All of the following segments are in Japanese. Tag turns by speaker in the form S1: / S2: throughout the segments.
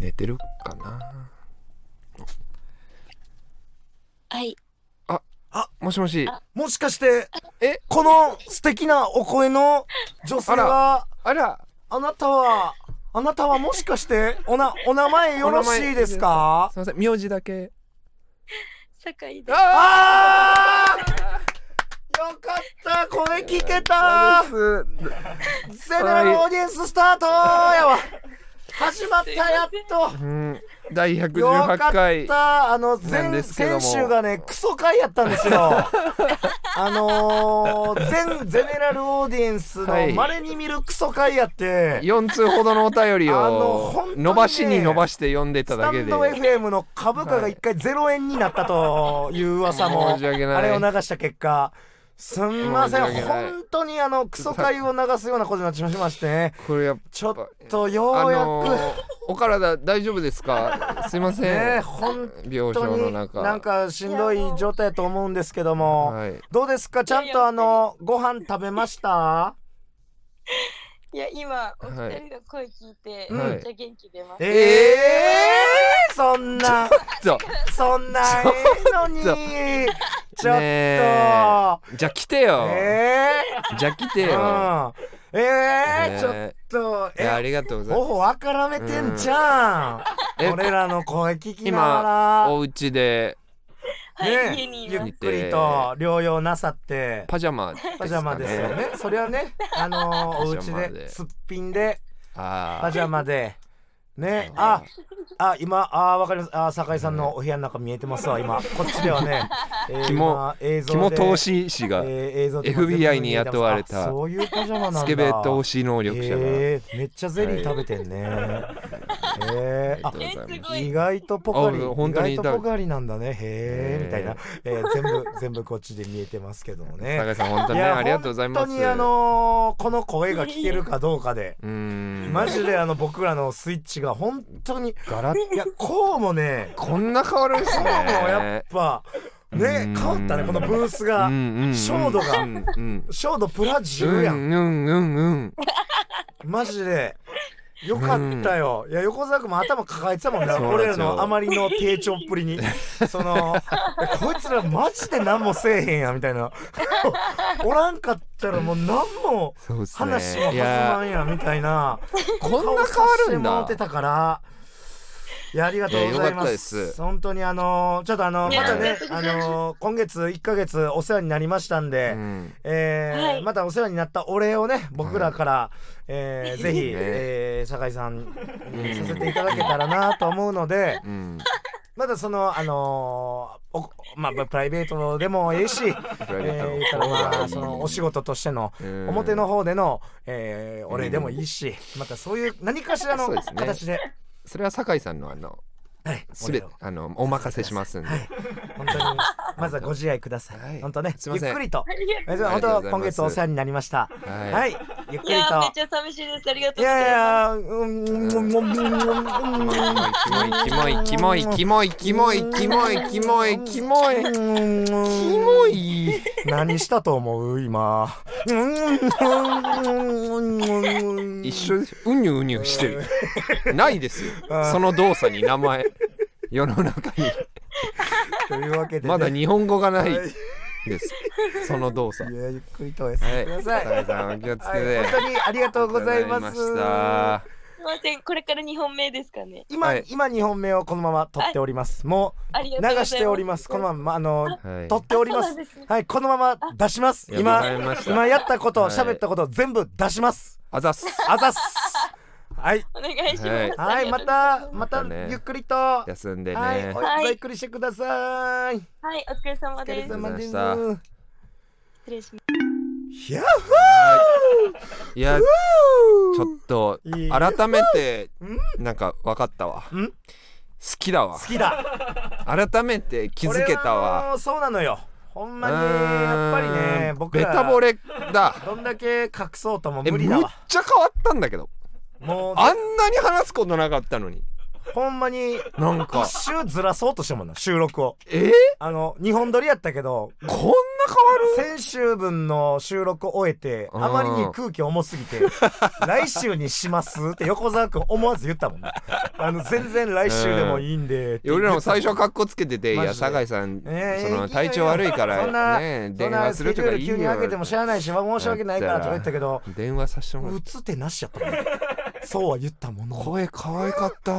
S1: 寝てるかな
S2: はい。
S1: もしもし。
S2: あ
S3: もしかして、
S1: え
S3: この素敵なお声の女性は、
S1: あら、
S3: あなたは、あなたはもしかして、おな、お名前よろしいですか
S1: すいません、名字だけ。
S2: 酒井です。
S1: あ
S3: あーよかったこれ聞けた
S1: そうです
S3: ゼネラルオーディエンススタートやわ始まったやっと
S1: うん、第
S3: よか
S1: 118
S3: っ
S1: 回。
S3: たあの
S1: なん
S3: 前
S1: ですけども
S3: 先週がねクソ回やったんですよ あのー、全ゼネラルオーディエンス
S1: はい
S3: のまれに見るクソ回やって、
S1: 4通ほどのお便り
S3: あの
S1: を
S3: 本当にね
S1: 伸ばしに伸ばして読んでた
S3: ス
S1: だ
S3: タ
S1: け
S3: ン
S1: で。
S3: ド FM の株価が一回0円になったという噂も
S1: 申し訳ない
S3: あれを流した結果すんません
S1: 申し訳ない
S3: 本当にあのクソ回を流すようなことになってしまいましてね
S1: これやっぱ
S3: ちょっとよ
S1: あ
S3: うやく、
S1: のー、お体大丈夫ですかすいません、
S3: ね本
S1: 病床
S3: 当
S1: の
S3: に
S1: 中
S3: なんかしんどい状態やと思うんですけども、
S1: はい、
S3: どうですかちゃんとあのご飯食べました
S2: いや、今、お二人の声聞いて、
S1: はい
S2: めっちゃ元気出ます。
S3: えー、そんな
S1: そう
S3: そんなええのに
S1: ちょっ
S3: ちょっと、
S1: ねじゃあ来てよ、
S3: え
S1: じゃあ来て
S3: え
S1: よ、
S3: うん、ええ
S1: ね
S3: ちょっと
S1: いやあ
S3: え
S1: りがとうございます
S3: 頬あからめてんじゃん、
S1: え
S3: 俺らの声聞きな
S1: 今
S3: が
S1: お家で
S2: はい、
S3: ね
S2: 家にい
S3: ら
S2: ま
S3: ゆ
S2: す
S3: っ。くりと療養なさって
S1: パジャマですか、ね、
S3: パジャマですよね。それはね、あのー、お
S1: パジャマ
S3: 家
S1: で
S3: で、すっぴんで、
S1: あ
S3: パジャマで、ね、あ
S1: あ、
S3: あ、今、あ、わかります。あ、酒井さんのお部屋の中見えてますわ、今。こっちではね、えー
S1: 肝
S3: 今映像で
S1: 肝投資師が
S3: えー映像で
S1: FBI に雇われた
S3: あそういうパジャマなんだ。
S1: スケベ投資能力者が、
S3: えーめっちゃゼリー食べてんね。 えー
S1: あ
S3: あ
S1: りがとうございます
S2: ごい
S3: 意外とポカリ、
S1: あ本
S3: 意
S1: 当にい
S3: 外
S1: た
S3: とポカリなんだね。へ
S1: へー
S3: え、みたいな。えー全部、全部こっちで見えてますけどもね。
S1: 酒井さん本当
S3: い
S1: にね
S3: や
S1: ありがとうございます
S3: 本当にあのーこの声が聞けるかどうかで
S1: うーん
S3: マジであの僕らのスイッチが本当にガラッいやこうもね
S1: こんな変わるんすね
S3: こうもやっぱ
S1: う
S3: ね
S1: ん
S3: 変わったねこのブースが照度が
S1: うんうん
S3: ショートプラ
S1: うん
S3: 10やん
S1: うんうんうん
S3: マジでよかったよいや横澤君も頭抱えてたもんね
S1: そうなんですよ
S3: 俺らのあまりの低調っぷ りにそのこいつらマジで何もせえへんやみたいな おらんかったらもう何も
S1: そうっすね
S3: 話も弾
S1: い
S3: ま
S1: や
S3: んやみたいな
S1: こんな変わるん
S3: 顔させてもらって
S1: だ
S3: たからいやありがとうござい
S1: いやよかっ
S3: ま
S1: た
S3: す
S1: です
S3: 本当にあのーちょっとあのー
S2: いや
S3: またね
S2: ありがとう
S3: あ
S2: ございます
S3: のー今月1ヶ月お世話になりましたんで、
S1: うん
S3: えー
S2: はい
S3: またお世話になったお礼をね僕らから、えーぜひ、
S1: ね
S3: えー酒井さんにさせていただけたらなと思うので、
S1: うん
S3: まだそのあのーおまあプライベートでもええし、え
S1: プライベートの方
S3: ー、言ったらま
S1: がい
S3: あ
S1: い
S3: そのお仕事としての
S1: うん
S3: 表の方での、えーお礼でもいいし、またそういう何かしらの
S1: そうですね
S3: 形で、
S1: それは酒井さんのあの
S3: はい、
S1: すべ
S3: お礼を
S1: あのお任せしますんで
S3: はい、本当にまずはご自愛ください。
S1: はい
S3: 本当ね、
S1: すい
S3: ゆ
S1: ませ
S3: っ
S1: ん
S3: くり
S2: あ。
S3: と
S2: りがと
S3: え
S1: ありが
S3: 本
S1: とうご
S3: 当
S1: ざいます
S3: 今月お世話になりました。
S1: はい
S3: はい、ゆっ
S2: う。
S3: く
S2: い
S3: り
S2: や、めっ
S3: と。
S2: ちゃ寂しいです。ありがと
S3: いう
S2: ご
S3: やい
S2: ざいます。
S3: や、うん、うん、うん、
S1: キモいキモいキモいキモいキモいキモいキモいキモいキモ
S3: い。
S1: い
S3: 何したと思う今。うん
S1: 一緒ですうにゅうにゅうしてるないですよその動作に名前世の中に
S3: というわけでね、
S1: まだ日本語がない
S3: はい
S1: ですその動作
S3: いや、ゆっくりとお休
S1: は
S3: み
S1: い
S3: ください。
S1: 酒井さんお気をつけ
S3: はい
S1: て
S3: 本当にありがとうございます
S1: ありがとうございました
S2: すいません、これから二本目ですかね。
S3: 今、
S1: はい
S3: 今二本目をこのまま撮っております。も
S2: ありが
S3: う
S2: とう
S3: 流
S2: ございます。
S3: しております。このままあの、
S1: はい
S3: 撮っておりま
S2: あそ
S3: す
S2: うなんですね。
S3: はい、このまま出します。
S1: あ
S3: 今
S1: ありがとうございまし、た
S3: 今やったこと、
S1: はい
S3: 喋ったこと、全部出します。
S1: あざっす
S3: あざっ す。はい、
S2: お願いします。
S1: はい
S2: あ
S3: は
S2: り
S3: い、
S2: が
S3: ま
S2: とうござい
S3: た、ま
S1: また
S3: た
S1: ね
S3: ゆっくりと。は
S1: 休んで
S3: い、
S1: ね、
S3: お
S2: はい
S3: ごゆっくりしてください。
S2: ますはい、お疲れ様
S3: お疲
S2: で
S3: れ
S2: す。
S3: 様です。
S1: ありがとうご
S2: 失礼しま
S3: ヤッ
S1: いや
S3: ホ
S1: ち
S3: ー
S1: ょっと
S3: いい
S1: 改めて
S3: ん
S1: なんか分かったわ
S3: ん
S1: 好きだわ
S3: 好きだ。
S1: 改めて気づけた
S3: 俺は
S1: わ
S3: もうそうなのよ。ほんまに、やっぱりね
S1: うー、ん
S3: 僕
S1: ベ
S3: ら。
S1: タボレだ
S3: どんだけ隠そうとも
S1: え
S3: 無
S1: むっ
S3: 理
S1: ちゃ
S3: だ
S1: 変
S3: わ
S1: わったんだけど
S3: もう
S1: あんなに話すことなかったのに
S3: ほんまに
S1: なんか
S3: 一週ずらそうとしてもんな収録を
S1: えー、
S3: あの2本撮りやったけど
S1: こんな変わる
S3: 先週分の収録を終えて
S1: うん
S3: あまりに空気重すぎ て「来週にします」って横澤君思わず言ったもんねあの全然来週でもいいんでって言って
S1: 俺
S3: た
S1: らも最初はカッコつけてて「い
S3: マジで
S1: や酒井さん、
S3: え
S1: そ
S3: ーいいよい
S1: の
S3: いよ
S1: 体調悪いか
S3: そんな
S1: らね電話するとかいい
S3: 急
S1: よ」
S3: に上げても知らないし申し訳ないからとか言ったけど
S1: 電話させてもらっ
S3: 打
S1: て
S3: つ手なしやったもんねそうは言ったもの
S1: 声可愛かった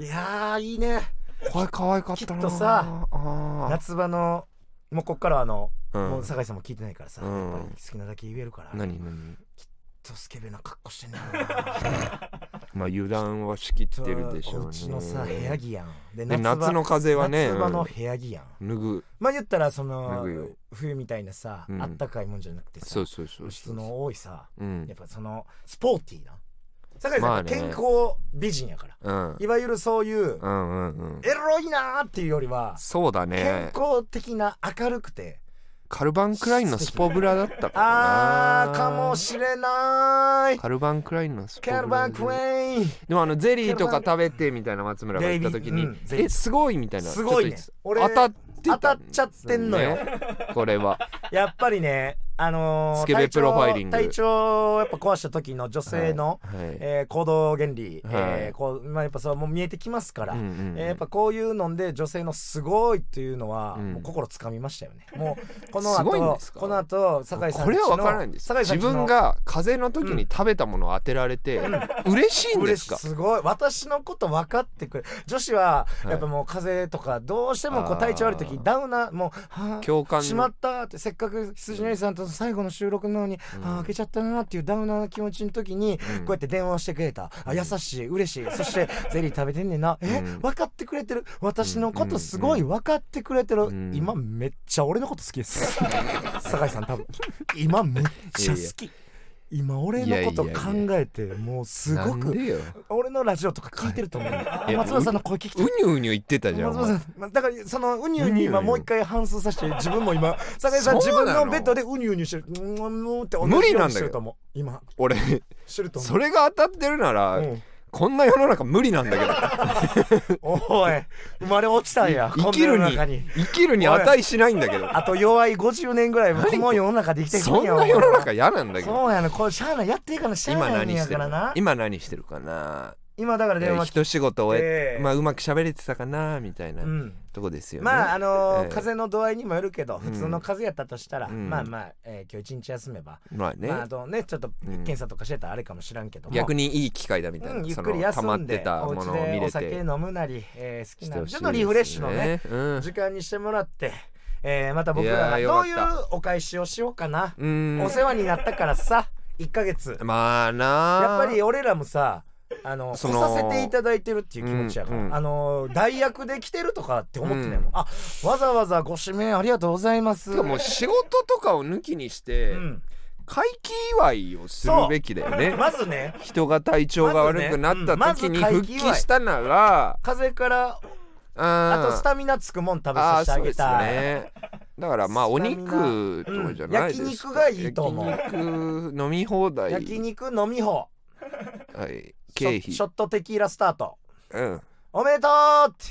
S3: いやーいいね
S1: 声可愛かったな
S3: きっとさ
S1: あ
S3: 夏場のもうこっからはあの、
S1: ーう
S3: も
S1: ん
S3: う酒井さんも聞いてないからさ、
S1: うん
S3: やっぱり好きなだけ言えるから
S1: 何何
S3: ドスケベな格好してんねんな
S1: まあ油断 はしきってるでしょうね
S3: うちのさ部屋着やんで
S1: で夏の風はね
S3: 夏場の部屋着や
S1: う
S3: ん
S1: ん脱ぐ
S3: まあ言ったらそ
S1: 脱
S3: の
S1: ぐよ
S3: 冬みたいなさ、
S1: うん
S3: あったかいもんじゃなくてさ
S1: そうそうそう
S3: 露出
S1: そう
S3: の多いさ
S1: うん
S3: やっぱそのスポーティーな酒井さ
S1: ま
S3: んや
S1: あ
S3: っぱ
S1: ね
S3: 健康美人やから、
S1: うん
S3: いわゆるそうい
S1: う
S3: う
S1: んうんうん
S3: エロいなーっていうよりは
S1: そうだ
S3: 健
S1: ね
S3: 康的な明るくて
S1: カルバンクラインのスポブラだったかな
S3: あーかもしれない
S1: カルバンクラインのスポブ
S3: カ
S1: ラ
S3: ルバンクレイン
S1: でもあのゼリーとか食べてみたいな松村が言った時に、
S3: ゼリーうんゼリー
S1: えすごいみたいな
S3: すごいね
S1: ちょっと
S3: 俺
S1: 当たってた
S3: 当たっちゃってんのよ
S1: ねこれは
S3: やっぱりねあのー、
S1: スケベプロファイリング
S3: 体調体調をやっぱ壊した時の女性の、
S1: はいはい
S3: えー行動原理、
S1: はい
S3: えーこうまあ、やっぱそれはもう見えてきますから、
S1: うんうんうん
S3: えーやっぱこういうので女性のすごいっていうのは、
S1: うん
S3: もう心つかみましたよねも うこの
S1: すごいん
S3: 後
S1: ですか
S3: この後酒井さん
S1: これは分からないんです
S3: 酒井さ
S1: 自
S3: んちの
S1: 分が風邪の時に食べたものを当てられて、嬉しいんで
S3: 嬉
S1: す
S3: しい
S1: か
S3: すごい私のこと分かってくれ女子は
S1: はい
S3: やっぱもう風邪とかどうしてもこ
S1: あ
S3: う
S1: ー
S3: 体調悪い時ダウナーもうはぁ
S1: 共感
S3: しまったってせっかく羊のりさんとの最後の収録なのに、
S1: うん
S3: あー開けちゃったなっていうダウナーな気持ちの時に、
S1: うん
S3: こうやって電話をしてくれたあ優しい嬉しいそしてゼリー食べてんねん な、え
S1: うん
S3: 分かってくれてる私のことすごい分かってくれてる、
S1: うん
S3: 今めっちゃ俺のこと好きです 酒井さん多分今めっちゃ好き今俺のこと考えてもうすご
S1: なん
S3: く
S1: でよ
S3: 俺のラジオとか聞いてると思うねあ
S1: いや
S3: 松村さんの声聞
S1: う
S3: きた
S1: に
S3: い
S1: ゅうにゅ言ってたじゃん
S3: 松
S1: お
S3: 本
S1: 前
S3: さんまだからそのうにゅうに今
S1: うにゅうにゅ
S3: もう一回反芻させて自分も今酒井さん
S1: そ
S3: 自
S1: うな
S3: 分
S1: の
S3: のベッドでうにゅうにゅしてるうんうんって同じ
S1: 無理
S3: よ
S1: なだけど
S3: うんにしてると思う今
S1: 俺
S3: してると思う
S1: それが当たってるなら、
S3: うん
S1: こんな世の中無理なんだけ ど
S3: おい生まれ落ちたんや
S1: 生きる
S3: こんな世の
S1: に
S3: 中に
S1: 生きるに値しないんだけど
S3: あと弱い50年ぐらいはこの世の中で生きていく
S1: そんな世の中嫌なんだけど
S3: そうやなこれしゃあないやっていかなしゃあ
S1: 今
S3: ない
S1: 何
S3: んや
S1: して
S3: か
S1: る
S3: らな
S1: 今何してるかな
S3: 今だから電話
S1: 一仕事終え
S3: ええ
S1: まあうまく喋れてたかなみたいな
S3: うん
S1: とこですよね
S3: まああのー
S1: ええ
S3: 風邪の度合いにもよるけ
S1: ん
S3: ど普通の風邪やったとしたら、
S1: うん
S3: まあまあ、えー今日一日休めば、
S1: まあね
S3: まああとねちょっと
S1: うん
S3: 検査とかしてたらあれかもしらんけども、
S1: 逆にいい機会だみたいな
S3: うん、ゆっ
S1: そ
S3: くり
S1: の溜ま
S3: 休
S1: っ
S3: ん
S1: て
S3: で
S1: た
S3: お
S1: も
S3: 家
S1: のを見
S3: で
S1: れ
S3: お
S1: て
S3: 酒飲むなり、えー好き
S1: して
S3: な
S1: ほしい
S3: ちょっとリフレッシュのね
S1: ですうん
S3: 時間にしてもらって、えーまた僕らが
S1: いやー
S3: どうい
S1: よ
S3: う
S1: かった
S3: お返しをしようかな、
S1: うん
S3: お世話になったからさ1ヶ月
S1: まあな
S3: やっぱり俺らもさあの
S1: そ
S3: 来
S1: の
S3: させていただいてるっていう気持ちやから、
S1: うんうん
S3: あの代役で来てるとかって思ってないもん、
S1: うん
S3: あわざわざご指名ありがとうございます
S1: しかも仕事とかを抜きにして、
S3: うん、
S1: 回帰祝いをするべきだよね
S3: まずね
S1: 人が体調が悪くなった時に
S3: まず
S1: 復
S3: ねうんま
S1: 帰
S3: ず回帰祝い
S1: したなら、
S3: 風邪から
S1: あ
S3: あとスタミナつくもん食べさせてあげ
S1: あ
S3: たい、
S1: ーそうですねだからまあお
S3: スタミナ
S1: 肉とかじゃないですか、
S3: うん焼肉がいいと思う
S1: 焼肉飲み放題
S3: 焼肉飲み放
S1: はい、
S3: シ
S1: 経
S3: ョショ
S1: 費
S3: ットテキーラスタート
S1: うん
S3: おめでとうって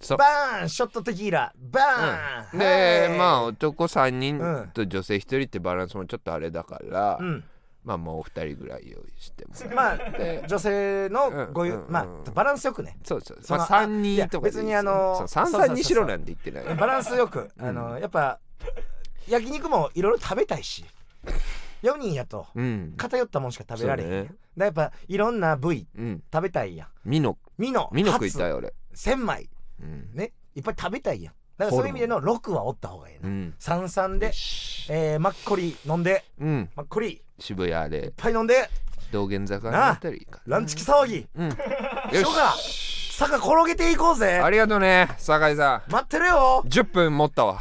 S1: そう
S3: バーンショットテキーラバー
S1: う
S3: ン、
S1: ん、で
S3: はい
S1: まあ男3
S3: うん
S1: 人と女性1人ってバランスもちょっとあれだから、
S3: うん、
S1: まあもうお二人ぐらい用意してもらう
S3: まあ
S1: で
S3: 女性のごゆ、
S1: うんうん
S3: まあバランスよくね
S1: そうそう
S3: そ
S1: ま
S3: の
S1: あ3人とかでいいです
S3: いや別にあの
S1: そう三
S3: そうそうそう
S1: 々にしろなんて言ってない
S3: バランスよく、あのやっぱ焼肉もいろいろ食べたいし4人やと
S1: うん
S3: 偏ったもんしか食べられへん、
S1: そう
S3: ね、
S1: ね
S3: だやっぱいろんな部位
S1: うん
S3: 食べたいやん
S1: ミノ
S3: ミノ
S1: ミノ食いたい
S3: い
S1: 俺
S3: 千枚
S1: うん、
S3: ねいっぱい食べたいやんだからそういう意味での6はおった方がいいな、
S1: うん
S3: 三三
S1: よ
S3: で、
S1: し
S3: えー、マッコリ飲んで
S1: うん、
S3: マッコリいっ
S1: 渋谷で
S3: ぱい飲んで
S1: 道玄坂にあったりか
S3: ランチキ騒ぎ
S1: うんよ
S3: しょうが
S1: し
S3: 坂転げていこうぜ
S1: ありがとうね酒井さ
S3: 待ってるよ
S1: ん10分持った わ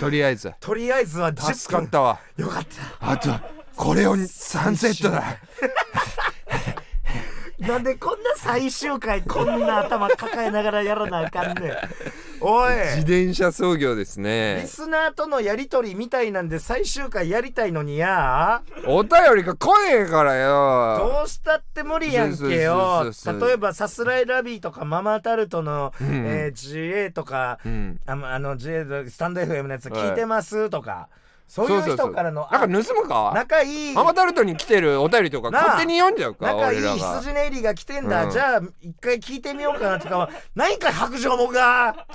S1: とりあえず
S3: とりあえずは
S1: 助
S3: 10
S1: かっ
S3: 分
S1: たわ
S3: よかった
S1: あとこれを3セットだ
S3: なんでこんな最終回こんな頭抱えながらやらなあかんねんおい
S1: 自転車操業です
S3: リ
S1: ね
S3: スナーとのやりとりみたいなんで最終回やりたいのにや
S1: お便りが来ねえからよ
S3: どうしたって無理やんけ
S1: そう
S3: よ
S1: そうそうそう
S3: 例えばさすらいラビーとかママタルトの、
S1: うんうん
S3: えー、GA とか
S1: うん
S3: あのあの GA スタンド FM のやつ聞いてますとか、そう
S1: そ
S3: いう
S1: そううそ
S3: 人
S1: う
S3: からのあ
S1: なんか盗むか
S3: 仲いい
S1: ママタルトに来てるお便りとか
S3: なあ
S1: 勝手に読んじゃうか
S3: 仲いい
S1: 俺らが
S3: 羊ネイリが来てんだ、
S1: うん
S3: じゃあ一回聞いてみようかなとかはないんかい白状もんが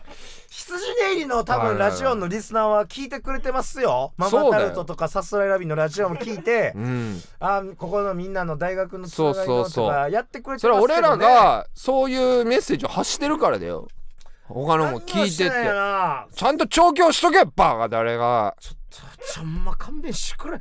S3: 羊ネイリの多
S1: はい
S3: 分
S1: はいはい
S3: ラジオのリスナーは聞いてくれてますよマ
S1: そ
S3: マ
S1: うだ
S3: タ
S1: よ
S3: ルトとかさすらいラビのラジオも聞い て
S1: うん
S3: あここのみんなの大学のつながり
S1: そうそ
S3: の
S1: うそ
S3: と
S1: う
S3: かやってくれて
S1: それ
S3: ま
S1: は
S3: すけど、ね、
S1: 俺らがそういうメッセージを発してるからだよ他のも聞いて
S3: 何もして
S1: て
S3: ないよな
S1: ちゃんと調教しとけバカ誰が
S3: ちょっとちょほんま勘弁してくれ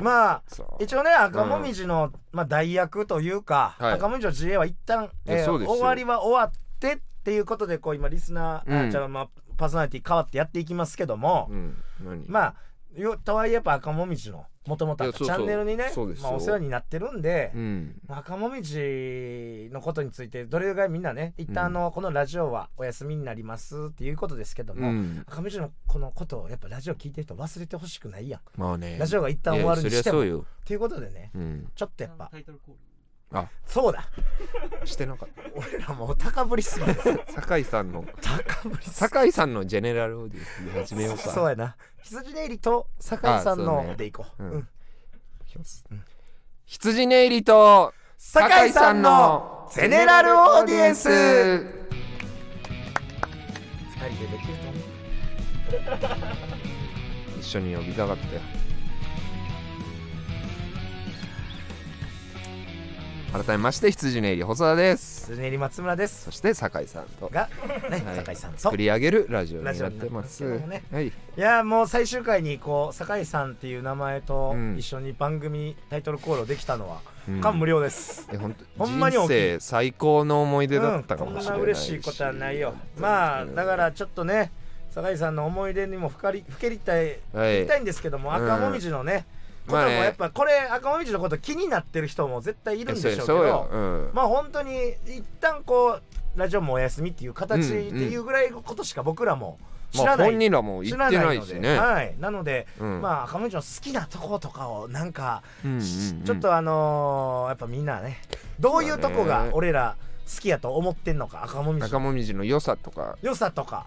S3: まあ
S1: そう
S3: 一応ね赤もみじの、まあ、代役というか、
S1: はい
S3: 赤もみじの GA は一旦、
S1: や
S3: えー
S1: そうですよ
S3: 終わりは終わってっていうことでこう今リスナー、
S1: うん
S3: あじゃあまあパーソナリティ変わってやっていきますけども、
S1: うん何
S3: まあよとはいえやっぱ赤もみじのもとも
S1: い
S3: と
S1: や
S3: チ
S1: そうそう
S3: ャンネルにね
S1: そうですよ
S3: まあ、お世話になってるんで
S1: う、ん
S3: まあ赤もみじのことについてどれぐらいみんなね一旦あの、このラジオはお休みになりますっていうことですけど
S1: う
S3: も、
S1: ん
S3: 赤もみじのこのことをやっぱラジオ聞いてる人忘れてほしくないやん、
S1: まあね
S3: ラジオが一旦終わるにして
S1: いやそ
S3: も
S1: りゃそう
S3: っ
S1: よ
S3: ていうことでね
S1: うん
S3: ちょっとやっぱ
S4: タイトルコール
S3: そうだ
S1: してなかった
S3: 俺らもう高ぶりすぎる
S1: 酒井さんの
S3: 高ぶりす
S1: 酒井さんのジェネラルオーディエンスで始
S3: ぎ
S1: めよ
S3: る
S1: うか
S3: そうやな羊ネイリと酒井さん
S1: あそう
S3: の
S1: ね
S3: でいこう
S1: うん
S3: うん
S1: いきます羊ネイリと
S3: 酒井さんのゼネラルオーディエンス二人でできると思う
S1: 一緒に呼びたかったよ改めまして羊ネイリ細田です
S3: 羊ネイリ松村です
S1: そして酒井さんと
S3: がね
S1: はい
S3: 酒井さんと
S1: 作り上げるラジオに
S3: ラジ
S1: な
S3: オ
S1: っ
S3: にな
S1: て
S3: ってま
S1: ます
S3: すけどもね
S1: はい
S3: いやもう最終回にこう酒井さんっていう名前と
S1: うん
S3: 一緒に番組タイトルコールをできたのは
S1: うん
S3: 感無量です
S1: えほんと
S3: ほんまに大
S1: 人
S3: きい
S1: 生最高の思い出だ
S3: う
S1: っ
S3: ん
S1: たか
S3: こん
S1: もしれ
S3: な
S1: ない
S3: 嬉しいことはないよまあだからちょっとね酒井さんの思い出にもふかりふけりたい
S1: はい
S3: 行きたいんですけども、
S1: うん
S3: 赤もみじのね、こと
S1: まあ
S3: も
S1: ね
S3: やっぱこれ赤もみじのこと気になってる人も絶対いるんでしょうけど
S1: そうようん
S3: まあ本当に一旦こうラジオもお休みっていう形っていうぐらいのことしか僕らも知
S1: ま
S3: ら
S1: あ
S3: ない、
S1: 本人らも言ってないし
S3: 知らな
S1: ね
S3: いのではい、なので、
S1: うん
S3: まあ赤もみじの好きなとことかをなんか、
S1: うんうんうん
S3: しちょっとあのーやっぱみんなねどういうとこが俺ら好きやと思ってんのか赤もみじ
S1: 赤
S3: の
S1: もみじの良さとか
S3: 良さとか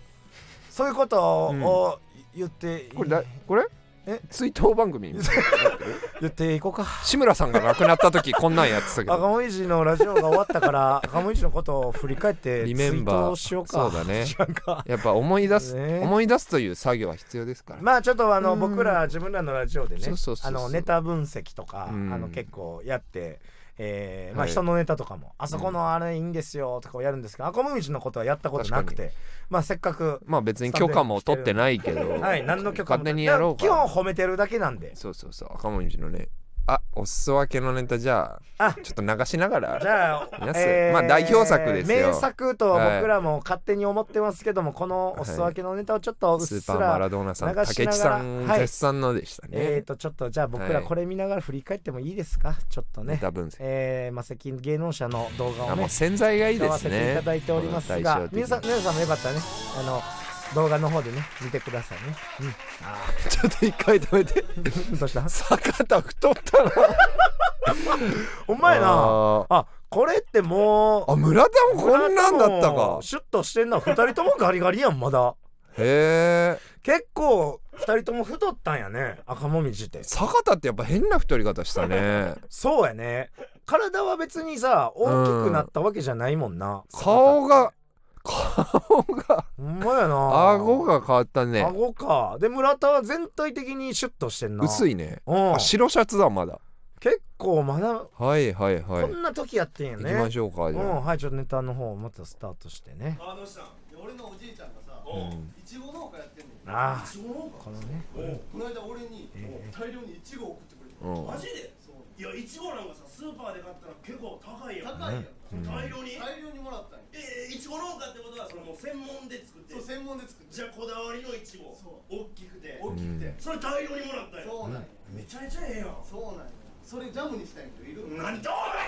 S3: そういうことを言って、
S1: これだこれ
S3: え
S1: 追悼番組
S3: 言っていこうか。
S1: 志村さんが亡くなった時こんなんやってたけ
S3: 赤
S1: ど
S3: もみじのラジオが終わったから赤もみじのことを振り返ってツイ
S1: リメン
S3: ー
S1: バ
S3: ト
S1: ー
S3: をしよう
S1: そ
S3: か
S1: うだ ね
S3: 知らんか
S1: やっぱ思い出す
S3: ね
S1: 思い出すという作業は必要ですから
S3: まあちょっとあの
S1: うん
S3: 僕ら自分らのラジオでね
S1: そうそうそうそう
S3: あのネタ分析とかあ
S1: うん
S3: の結構やってえーま
S1: は
S3: あ
S1: い
S3: 人のネタとかもあそこのあれいいんですよとかをやるんですけど赤もみじのことはやったことなくてまあせっかく
S1: まあ別に許可も取ってないけど
S3: はい何の許可も
S1: 勝手にやろうか
S3: 基本褒めてるだけなんで
S1: そうそうそう赤もみじのねあお裾分けのネタじゃあ
S3: あ
S1: ちょっと流しながら
S3: じゃあ
S1: 皆、さんまあ代表作ですよ
S3: 名作と僕らも勝手に思ってますけども、このお裾分けのネタをちょっとうっ
S1: スー
S3: す
S1: パーマ
S3: ら
S1: ラドーナさん
S3: 流しながら
S1: 竹内さん
S3: はい
S1: 絶賛のでした
S3: え
S1: ね
S3: ー、とちょっとじゃあ僕
S1: は
S3: ら
S1: い
S3: これ見ながら振り返ってもいいですか、ちょっと
S1: ネ
S3: ね
S1: タ分析
S3: えー、マセキ芸能者の動画を
S1: あも
S3: ね
S1: う洗剤がいい
S3: 使
S1: で
S3: わ
S1: す
S3: せてい
S1: ね
S3: ただいておりますが、皆さん皆さんもよかったらねあの動画の方でね見てくだ さいね、うん、あ
S1: ちょっと一回止めて
S3: ーどうした
S1: 坂田太ったな
S3: お
S1: お
S3: 前なあこれってもう
S1: あ村田もこんなんだったか
S3: シュッとしてんな2人ともガリガリやんまだ
S1: へえ
S3: 結構2人とも太ったんやね赤もみじって
S1: 坂田ってやっぱ変な太り方した ね
S3: そうやね体は別にさ大きくなったわけじゃないもんな、
S1: 顔が顔が
S3: ほんまやな
S1: 顎が変わったね
S3: 顎かで村田は全体的にシュッとしてんな
S1: 薄
S3: い、
S1: いね
S3: うん
S1: あ、白シャツだまだ
S3: 結構まだ
S1: はいはいはい
S3: こ
S1: 行
S3: んな時やってんや
S1: き
S3: ね、
S1: ましょうか
S3: う
S1: じゃ
S3: んはいちょっとネタの方またスタートしてね
S4: あどうしたんいや俺のおじいちゃんがさ、
S1: あうん
S4: いちご農家やってんねん
S3: ああ
S4: いちご農
S3: このね
S4: 家うんこの間俺に、大量にいちご送ってくれた、
S1: うん
S4: マジでそういやいちごなんかさスーパーで買ったら結構高いやん高いやん、大量に大量にもらったんやえー、いちご農家ってことはそれもう専門で作ってそう専門で作ってじゃあこだわりのいちご大きくて大きくて、それ大量にもらったんやそうなんや、めちゃめちゃええやんそうなんやそれジャムにしたい人いる何どうだよ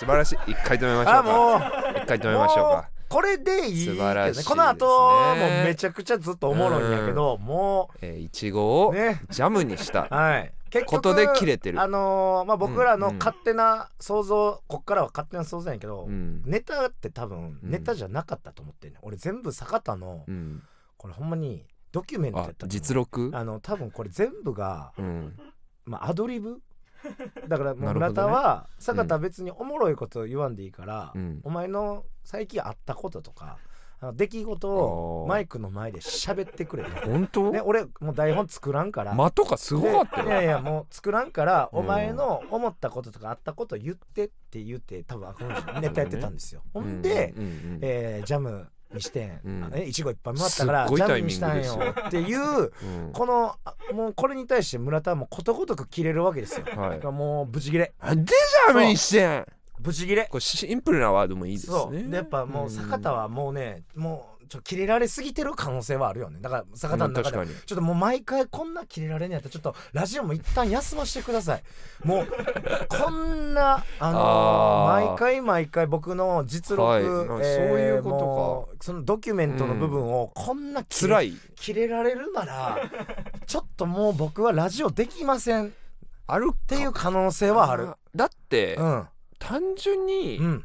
S1: 晴らしい一回止めましょ
S3: あ
S1: うか
S3: もう
S1: 一回止めましょう
S3: もう
S1: か
S3: これでいいけ
S1: 素
S3: ど
S1: 晴らしいで
S3: ね
S1: すね
S3: この後もうめちゃくちゃずっとおもろいんやけど、も
S1: えーいちご
S3: う
S1: を
S3: ね
S1: ジャムにした、
S3: はい結局
S1: ことで切れてる
S3: あのーまあ僕らの
S1: うん
S3: 勝手な想像、こっからは勝手な想像やけど、
S1: うん
S3: ネタって多分
S1: うん
S3: ネタじゃなかったと思ってんね、ん、俺全部坂田の
S1: うん、
S3: これほんまにドキュメントやっ
S1: あ
S3: たと思う
S1: 実録
S3: あの多分これ全部が、
S1: うん
S3: まあ、アドリブだからもう
S1: なるほどね
S3: 村田は、坂田別におもろいこと言わんでいいから、
S1: うん
S3: お前の最近あったこととかあの出来事を
S1: あー
S3: マイクの前で喋ってく れと
S1: 本当、
S3: ね、俺もう台本作らんから、
S1: 間とかすごかった
S3: でい
S1: よ
S3: やいやもう作らんから
S1: うん
S3: お前の思ったこととかあったこと言ってって言って多分あこ の人ネタやってたんですよ、ほんで、
S1: うんうんうん
S3: えージャムにしてん、
S1: うん
S3: えいちごいっぱいもらったから
S1: す
S3: ジ
S1: っごい
S3: ャ
S1: タ
S3: ム
S1: イ
S3: に
S1: ミ
S3: し
S1: ング
S3: たん
S1: ですよ
S3: よっていう
S1: うん
S3: このあもうこれに対して村田はもうことごとく切れるわけですよ、
S1: はい
S3: だからもうブチギレ
S1: なんでジャムにしてん
S3: ブチギレ
S1: これシンプルなワードもいいですね
S3: そうでやっぱもう坂田はもうね、もうちょっと切れられすぎてる可能性はあるよねだから坂田の中で
S1: まあ
S3: も
S1: 確かに
S3: ちょっともう毎回こんな切れられんやったらちょっとラジオも一旦休ませてくだ さいもうこんなあの
S1: あー
S3: 毎回毎回僕の実録、
S1: はいまあそういうことか
S3: もうそのドキュメントの部分をこんな切れ
S1: 辛い
S3: 切れられる ならちょっともう僕はラジオできませんっ
S1: あるって
S3: いう可能性はある
S1: だって、
S3: うん
S1: 単純に
S3: うん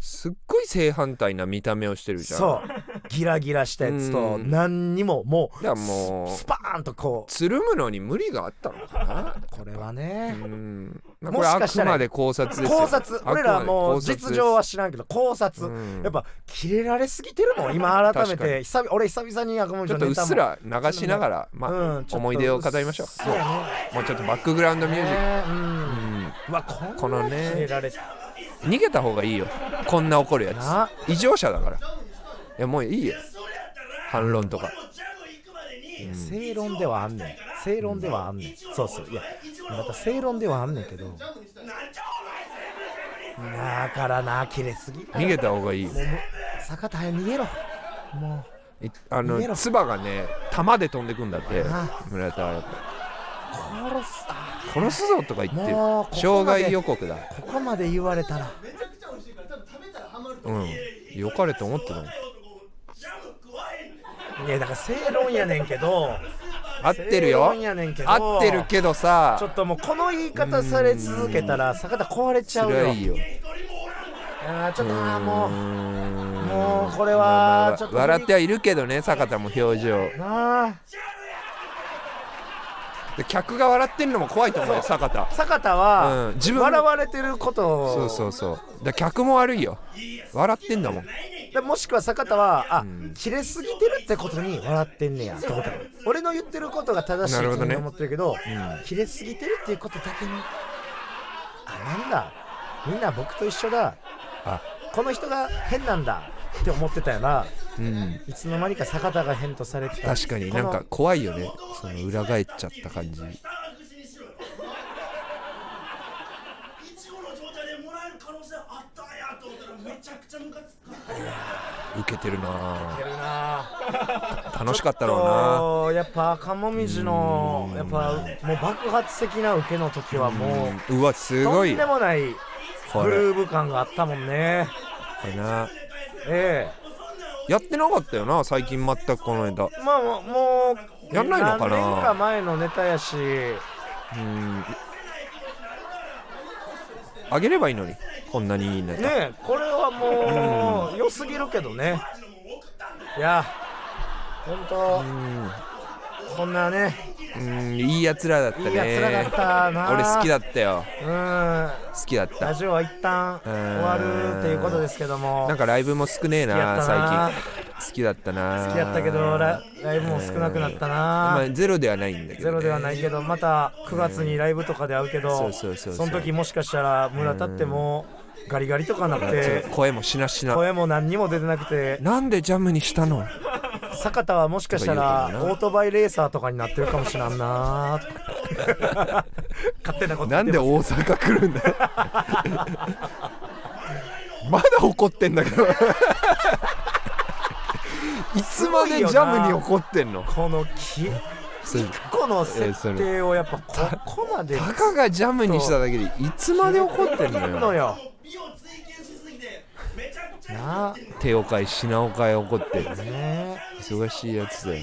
S1: すっごい正反対な見た目をしてるじゃん
S3: そうギラギラしたやつと
S1: うん
S3: 何にももう
S1: だからもう
S3: ススパーンとこう
S1: つるむのに無理があったのか
S3: これは
S1: な
S3: ね
S1: うんまあこ
S3: も
S1: れ
S3: し
S1: あ
S3: かした
S1: く
S3: ら
S1: まで考察ですよ
S3: 考察
S1: あくまで
S3: 俺らもう
S1: 考察です
S3: 実情は知らんけど考察、
S1: うん
S3: やっぱ切れられすぎてるもん今改め
S1: 確か
S3: て
S1: に
S3: 久々俺久々に赤森
S1: ちょっとうっすら流しながら、まあ思い出を語りましょう
S3: そうや
S1: もうちょっとバックグラウンドミュージック、
S3: ねうん
S1: うん
S3: うわこんな
S1: このね
S3: 切れられた
S1: 逃げた方がいいよこんな怒るや
S3: な
S1: つ異常者だからいやもういいよ
S4: やそれやったら
S1: 反論とか
S4: 俺もジャム行くまでに
S3: 正論ではあんねん正論ではあんねんそうそういやまた正論ではあんねんけど
S4: なんじゃお前全部
S3: だからな切れすぎ
S1: 逃げた方がいいよ
S3: 坂田早く逃げろも
S1: いあ
S3: 逃げろ
S1: の唾がね弾で飛んでくんだって
S3: あ
S1: 村田はやっ
S3: う殺すあ
S1: ぱ殺すぞとか言ってる
S3: もうここまで
S1: 障害予告だ
S3: ここまで言われたら
S5: めちゃくちゃ美味しいから多分食べたらハマると
S1: う
S5: 思う、
S1: んよかれと思ってたの
S4: ジャム食わへんねん
S3: いやだから正論やねんけど
S1: 合ってるよ
S3: 正論やねんけど
S1: 合ってるけどさ
S3: ちょっともうこの言い方され続けたら坂田壊れちゃうよ
S1: 辛いよ
S3: あーちょっとあー
S1: う
S3: も
S1: ー
S3: う
S1: ん
S3: もうこ
S1: まあま
S3: れは
S1: あ
S3: ちょっと
S1: 笑ってはいるけどね坂田も表情
S3: なあ
S1: で客が笑ってるのも怖いと思うよ坂田
S3: 坂田は
S1: うん自分
S3: 笑われてることを
S1: そうそうそうだから客も悪いよ笑ってんだもん
S3: でもしくは坂田はあ、
S1: ん
S3: 切れすぎてるってことに笑ってんねやってこと俺の言ってることが正し
S1: な
S3: い
S1: る
S3: と
S1: ほどね
S3: 思ってるけど切れすぎてるっていうことだけにあなんだみんな僕と一緒だ
S1: あ
S3: この人が変なんだって思ってたよな
S1: うん
S3: いつの間にか坂田が変とされてた
S1: 確かになんか怖いよねその裏返っちゃった感じ
S4: あ口にしろよいちごの状態でもらえる可能性あったんやと思ったらめちゃくちゃムカつく
S1: 受けてるな
S3: やるなあ
S1: ぁ楽しかったろ
S3: うなやっぱ赤もみじのやっぱもう爆発的な受けの時は
S1: うな
S3: もう、
S1: うんうわすごい
S3: とんで
S1: よ
S3: もない
S1: こ
S3: グ
S1: れ
S3: ルーヴ感があったもんね
S1: これな
S3: え
S1: やってなかったよな最近全くこの間
S3: えまあもうもう
S1: やんないのかな
S3: 何年か前のネタやし
S1: うんあげればいいのにこんなにいいね
S3: ねえこれはもう良すぎるけどねいや本当こんなね
S1: うんいいやつらだったね
S3: いい奴らだったな
S1: 俺好きだったよ
S3: うん
S1: 好きだっ
S3: ラ
S1: た
S3: ジオは一旦終わるっていうことですけども
S1: なんかライブも少ねえ
S3: 好きや
S1: な
S3: ったな
S1: 最近好きだったな
S3: 好きやったけどラライブも少なくなったな
S1: まあゼロではないんだけど、ね、
S3: ゼロではないけどまた9月にライブとかで会うけど、
S1: そうそうそうそう
S3: の時もしかしたら村田ってもうガリガリとかなって、
S1: 声もしなしな
S3: 声も何にも出てなくて
S1: なんでジャムにしたの
S3: 坂田はもしかした
S1: とか
S3: ら
S1: 言うかな
S3: オートバイレーサーとかになってるかもしれ んなとか勝手なこと言
S1: な
S3: っ
S1: ん
S3: て
S1: で
S3: ます
S1: 大阪来るんだよ まだ怒ってんだけ どいつまでジャムに怒ってんの
S3: このき
S1: そう
S3: この設定をやっぱここまで
S1: たかがジャムにしただけでいつまで怒ってんのよ
S3: のよ
S4: 美を追
S3: なあ
S1: 手を変え品を変え怒って
S3: ね
S1: 忙しいやつだよ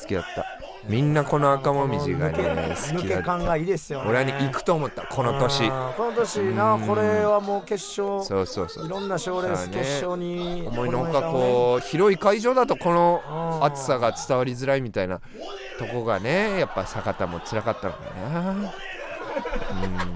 S1: 好きだったみんなこの赤もみじがね好
S3: 抜
S1: き
S3: け
S1: だった
S3: 感がいいですよね
S1: 俺はね行くと思ったこの年
S3: うんこの年なこれはもう決勝
S1: そうそうそう
S3: いろんな賞レース
S1: そうね
S3: 決勝に
S1: 思いのほかこう広い会場だとこの暑さが伝わりづらいみたいなとこがねやっぱ坂田も辛かったのかなう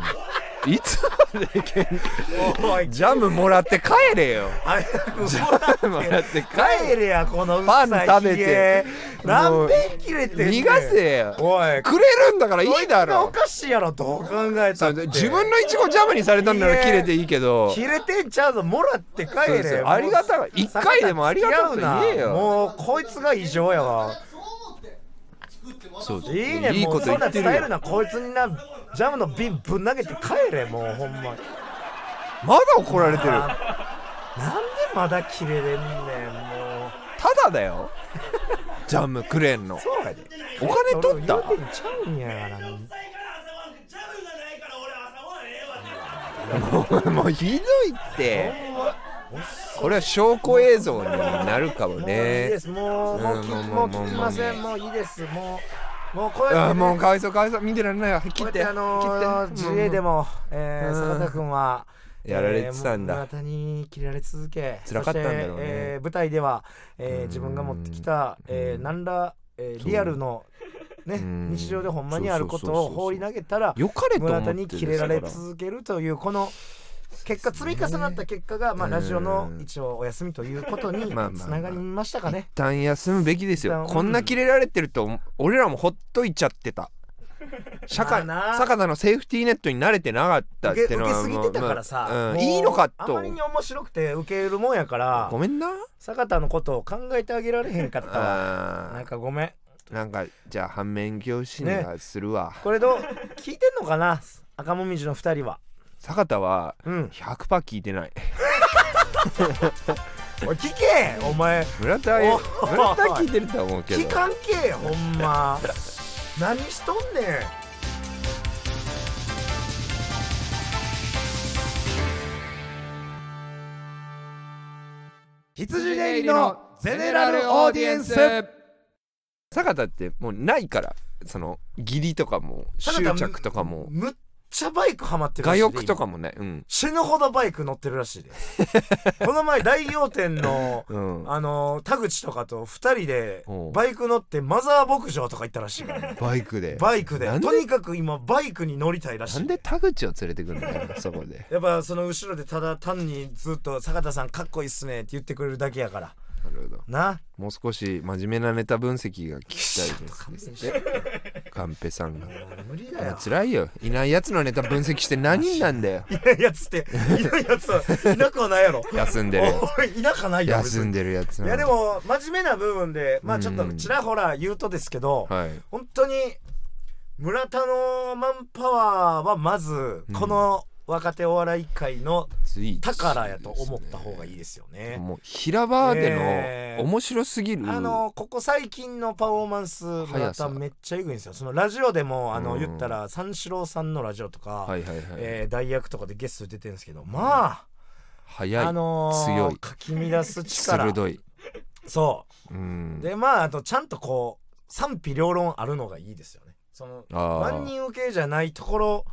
S1: んいつまで喧嘩
S3: おい
S1: ジャムもらって帰れよ
S3: 早く
S1: ジャムもらって帰
S3: 帰
S1: れ
S3: れやこのうっ
S1: パン
S3: さい
S1: 食べて
S3: ひげ何遍切れてんねん
S1: 逃がせよ
S3: おい
S1: くれるんだからいいだ
S3: お
S1: ろ
S3: かしいやろどう考えた
S1: そ
S3: っ
S1: う
S3: て
S1: 自分のイチゴジャムにされたんなら切れていいけど
S3: 切れてんちゃうぞもらって帰
S1: そう
S3: れ
S1: です
S3: よ
S1: よありがたが一回でもありがたく言えよ
S3: もうこいつが異常やわ
S5: そう思って作って渡
S1: そう
S5: そう
S3: いいね
S1: いい
S3: も
S1: こ
S3: う
S1: と
S3: そ
S1: 言
S3: んな
S1: っ
S3: 伝
S1: てるよ
S3: えるなこいつになジャムの瓶ぶん投げて帰れもうほんまなんで
S1: まだ怒られてる
S3: まだ切れれんねんもう
S1: ただだよジャムくれんの
S3: そうやで
S1: お金取った
S3: 俺言うてんちゃうんやからな
S4: 臭いから朝はジャムがな
S1: も
S4: いから俺朝はええわ
S1: う もうひどいってこれは証拠映像になるかも
S3: もういいで
S1: ね
S3: すもうもう
S1: う
S3: 聞
S1: ん
S3: き
S1: も
S3: も
S1: う
S3: う聞きませんもういいですもうもうこうや
S1: あ
S3: っ
S1: ー
S3: て
S1: もう
S3: ね
S1: かわいそうかわいそう見てられないわ切
S3: こう
S1: っ
S3: やって
S1: て
S3: あのー
S1: 切って
S3: 自衛でもえ
S1: うん
S3: ー坂田君は
S1: やられてたんだ
S3: えーもう村田に切られ続け
S1: 辛かったんだろうね
S3: そしてえー舞台ではえー自分が持ってきたえー何らえー
S1: そう
S3: リアルのね
S1: うん
S3: 日常でほんまにあること
S1: そうそう
S3: を
S1: そうそう
S3: 放り投げたら
S1: よかれと思
S3: 村
S1: っ
S3: 田
S1: て
S3: に
S1: です
S3: 切れられ
S1: だから
S3: 続けるというこの結果積み重なった結果がまあラジオの一応お休みということに
S1: まあまあまあ
S3: つながりましたかね
S1: 一旦休むべきです
S3: 一旦
S1: よ
S3: うん
S1: こんな切れられてると俺らもほっといちゃってた社会
S3: まあな
S1: 坂田のセーフティーネットに慣れてなかったっ
S3: 受け
S1: ての
S3: 受
S1: は
S3: けすぎてたからさ、
S1: まあうん
S3: もう
S1: いいのか
S3: あ
S1: と
S3: まりに面白くて受けるもんやから
S1: ごめんな
S3: 坂田のことを考えてあげられへんかったわ
S1: あー
S3: なんかごめん
S1: なんかじゃあ反面教師に
S3: ね
S1: はするわ、
S3: これどう聞いてんのかな赤もみじの二人は
S1: 坂田は
S3: うん
S1: 100%聞いてない
S3: おい聞けお前
S1: 村田
S3: お
S1: 村田聞いてるとは思うけど
S3: 聞かんけほんま何しとんねん
S1: 羊
S3: ネギのゼネラルオーディエンス
S1: 坂田ってもうないからその義理とかも執着とかも
S3: むっちゃバイクハマってるら
S1: 我
S3: しいで
S1: 欲とかもねうん
S3: 死ぬほどバイク乗ってる らしいでこの前大仰天の
S1: うん
S3: あのー田口とかと2人で
S1: おう
S3: バイク乗ってマザー牧場とか行ったらしいからね
S1: バイクで
S3: バイクで
S1: なんで
S3: とにかく今バイクに乗りたいらし
S1: ないんで田口を連れてくるんだ よそこで
S3: やっぱその後ろでただ単にずっと「坂田さんかっこいいっすね」って言ってくれるだけやから
S1: なるほど
S3: な
S1: もう少し真面目なネタ分析が聞きたい
S3: ちょっと勘
S1: で
S3: 弁
S1: す
S3: して
S1: カンペさんが
S3: 無理だよ
S1: 辛いよいないやつのネタ分析して何になんだよ
S3: いないやつっていないやつはいなくは ないやろ
S1: 休んでるや
S3: おいいなくはない
S1: つ
S3: よ
S1: 休ん
S3: で
S1: でるやつ
S3: いやでも真面目な部分でまあちょっとちらほら言うとですけど、
S1: はい
S3: 本当に村田のマンパワーはまずこの若手お笑い界の
S1: ツイート
S3: 宝やと思った方がいいですよね。
S1: もう平場で
S3: えー
S1: の面白すぎる、
S3: あのここ最近のパフォーマンス村
S1: 速さ
S3: 田めっちゃエグいんですよそのラジオでもあの
S1: うん
S3: 言ったら三四郎さんのラジオとか、
S1: はいはいはい、
S3: えー代役とかでゲスト出てるんですけどまあ、
S1: 早い、
S3: あのー
S1: 強い
S3: かき乱す力
S1: 鋭い
S3: そううんでまああとちゃんとこう賛否両論あるのがいいですよねその
S1: あー
S3: 万人受けじゃないところ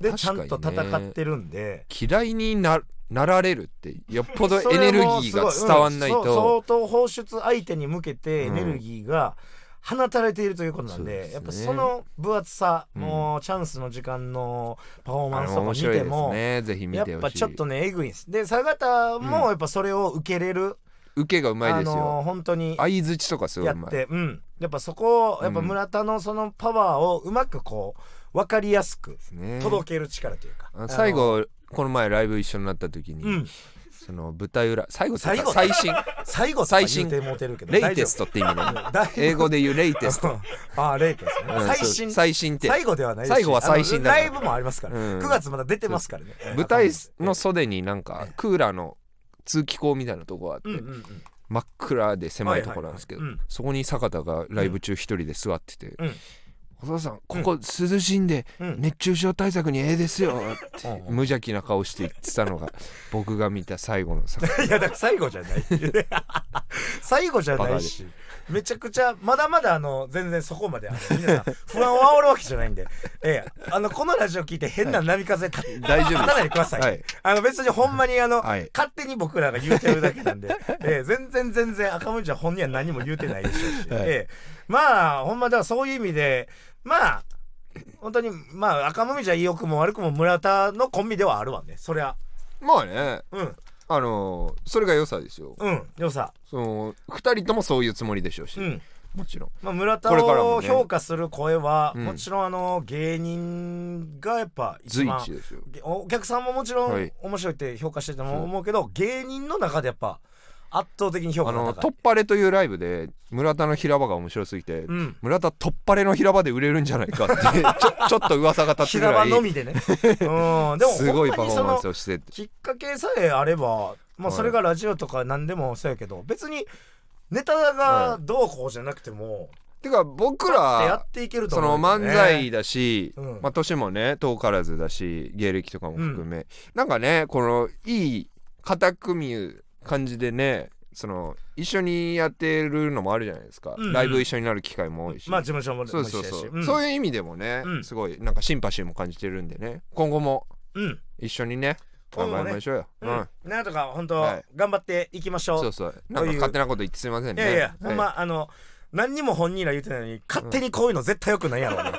S3: でちゃんと
S1: 確かにね
S3: 戦ってるんで、
S1: 嫌いにななられるってよっぽどエネルギーが
S3: そ
S1: 伝
S3: れ
S1: わ
S3: はもうすごい
S1: んないう
S3: そ
S1: と
S3: 相当放出相手に向けてエ
S1: うん
S3: ネルギーが放たれているということなん
S1: そう
S3: で,、
S1: ですね
S3: やっぱその分厚さ、
S1: うん
S3: もうチャンスの時間のパフォー
S1: あ
S3: マンス
S1: の
S3: とか
S1: 面
S3: 見
S1: 白い
S3: て
S1: です
S3: も
S1: ねぜひ見
S3: や
S1: て
S3: っ
S1: ほ
S3: ぱ
S1: しい
S3: ちょっとねえぐいんですで佐方もやっぱそれを受けれる、
S1: 受けがうまい
S3: あ
S1: ですよ
S3: の本当に
S1: 相づちとかすごい
S3: や
S1: う
S3: っ
S1: まい
S3: てうんやっぱそこをやっぱ村田のそのパワーをうまくこう分かりやすく
S1: ね
S3: 届ける力というか、
S1: あ最後この前ライブ一緒になった時に、
S3: うん
S1: その舞台裏最後っていうか
S3: 最
S1: 最新
S3: 最後
S1: 最新
S3: とか言うてもうてるけど
S1: レイテストって意味ね
S3: 大丈夫
S1: 英語で言うレイテスト、
S3: ああ、レイトですね
S1: うん
S3: 最
S1: そう
S3: 新。
S1: 最新って
S3: 最後ではないですし
S1: 最後は最新だから
S3: あのライブもありますから。
S1: うん
S3: 9月まだ出てますからね。
S1: 舞台
S3: え
S1: の袖になんかクーラーの通気口みたいなとこがあって、
S3: えうんうんうん。
S1: 真っ暗で狭いところなんですけど、
S3: はいはいはいうん
S1: そこに坂田がライブ中一人で座ってて、
S3: うん
S1: お父さんここ涼しいんで
S3: うん
S1: 熱中症対策にええですよ」って
S3: うんうん
S1: 無邪気な顔して言ってた のが僕が見た最後の作
S3: いやだから最後じゃない最後じゃないしめちゃくちゃまだまだあの全然そこまであの皆さん不安を煽るわけじゃないんで、ええ、あのこのラジオ聞いて変な波風立た
S1: 大丈夫です
S3: 立たないでください、
S1: はい
S3: あの別にほんまにあの、
S1: はい
S3: 勝手に僕らが言うてるだけなんで、ええ、全然全然赤文字は本人は何も言うてないでしょうし、
S1: はい
S3: ええ、まあほんまだからそういう意味でまあ本当にまあ赤もみじゃ良くも悪くも村田のコンビではあるわねそりゃ
S1: まあね
S3: うん
S1: あのそれが良さですよ
S3: うん良さ
S1: その2人ともそういうつもりでしょうし、
S3: うん
S1: もちろん
S3: まあ、村田
S1: これから
S3: を
S1: もね
S3: 評価する声は
S1: うん
S3: も,、ちろんあの芸人がやっぱ一
S1: 随
S3: 番
S1: 一ですよ
S3: お客さんももちろ
S1: は
S3: ん
S1: い
S3: 面白いって評価してたと思うけど、芸人の中でやっぱ圧倒的に評
S1: あ
S3: 価が
S1: の「
S3: 高
S1: 突
S3: い。
S1: 破れ」というライブで村田の平場が面白すぎて、
S3: うん
S1: 村田突破れの平場で売れるんじゃない かってちょちょっと噂が立つぐ
S3: 平場
S1: らい
S3: のみでね。 うん、でも
S1: すごいパ
S3: ほん
S1: フォ
S3: まにそ
S1: ーマ
S3: の
S1: ンスをしてて
S3: きっかけさえあれば、
S1: は
S3: まあ、
S1: い
S3: それがラジオとか何でもそうやけど、別にネタがどうこうじゃなくても、
S1: てか僕
S3: ってや
S1: ら
S3: っていけると
S1: そ
S3: 思
S1: の
S3: うんだよね、
S1: 漫才だし、
S3: うん
S1: まあ、年もね遠からずだし芸歴とかも含め、なんかねこのいい固く見る感じでねその一緒にやってるのもあるじゃないですか、
S3: うんうん
S1: ライブ一緒になる機会も多いし、
S3: まあ事務所も
S1: そうそうそう、
S3: ん
S1: そういう意味でもね、
S3: うん
S1: すごいなんかシンパシーも感じてるんでね今後も
S3: うん
S1: 一緒にね
S3: 今
S1: 頑
S3: 後もね
S1: 張りましょうよ、
S3: う
S1: うん
S3: ん、なんとか本当、
S1: はい
S3: 頑張っていきましょう
S1: そうそうなんか勝手なこと言ってすいません
S3: い
S1: ね
S3: やいや、
S1: は
S3: ほんまあの何にも本人ら言ってないのに勝手にこういうの絶対よくないやろ、ね